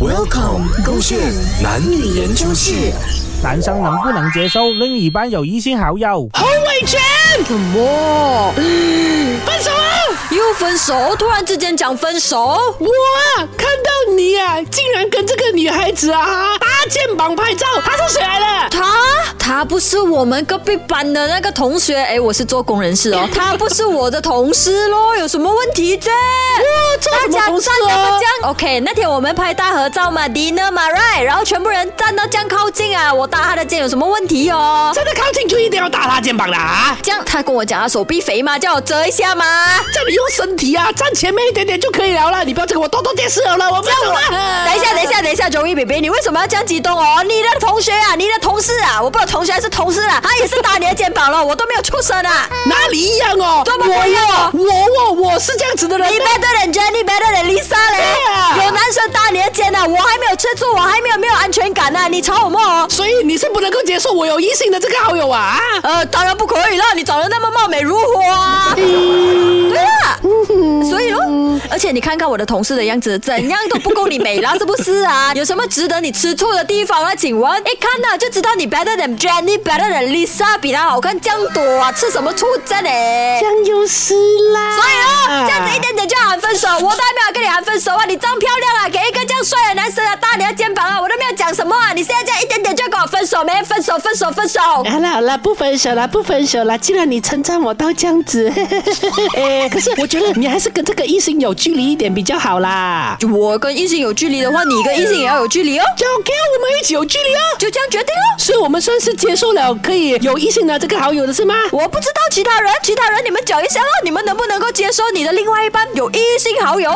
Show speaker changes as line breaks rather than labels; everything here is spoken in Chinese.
Welcome，勾线男女研究室。
男生能不能接受另一半有异性好友？
洪伟全，
什么？
分手啊！
又分手？突然之间讲分手？
我啊，看到你啊，竟然跟这个女孩子啊搭肩膀拍照，她是谁来的？
他他不是我们隔壁班的那个同学，哎，我是做工人事 哦，他不是我的同事咯，有什么问题啫？
这
大
什么
家
同事
站到
啊
这？样，OK，那天我们拍大合照嘛，dinner 嘛，right，然后全部人站到这样靠近啊，我搭他的肩有什么问题哦？
真的靠近就一定要打她肩膀的啊！
这样他跟我讲他手臂肥嘛，叫我折一下嘛，
叫你用身体啊，站前面一点点就可以了啦，你不要这个我多多电视了啦，我分手了。
啊等一下，等一下，等一下，容易 baby，你为什么要这样激动哦？你的同学啊，你的同事啊，我不知道同学还是同事啊，他也是打你的肩膀了，我都没有出声啊。
哪里一样哦？
多么不一样哦
我我我我是这样子的人
你
的，
better than Jenny, better than Lisa 嘞
对啊
有男生打你的肩啊，我还没有吃醋，我还没有没有安全感呢、啊，你吵我么哦？
所以你是不能够接受我有异性的这个好友啊？啊
呃，当然不可以了，你长得那么貌美如花，对啊，所以咯，而且你看看我的同事的样子，怎样都不够你美啦，是不是啊？有什么值得你吃醋的地方啊？请问，一看呐、就知道你 better than Jenny, better than Lisa，比她好看这样多啊，吃什么醋这嘞？
样就是啦。
哎所以
啊
哦，这样子一点点就喊分手，我都还没有跟你喊分手啊！你这样漂亮啊，给一个这样帅的男生啊搭你的肩膀啊，我都没有讲什么啊！你现在这样一点点就要跟我分手，没分手，分手，分手！
好了好了，不分手了，不分手了。既然你称赞我到这样子， 哎、可是我觉得你还是跟这个异性有距离一点比较好啦。
我跟异性有距离的话，你跟异性也要有距离哦，
就跟我们一起有距离哦，
就这样决定哦。
所以我们算是接受了可以有异性的这个好友的是吗？
我不知道其他人，其他人你们讲一下哦，你们能不能够接受你的另外一半有异性好友？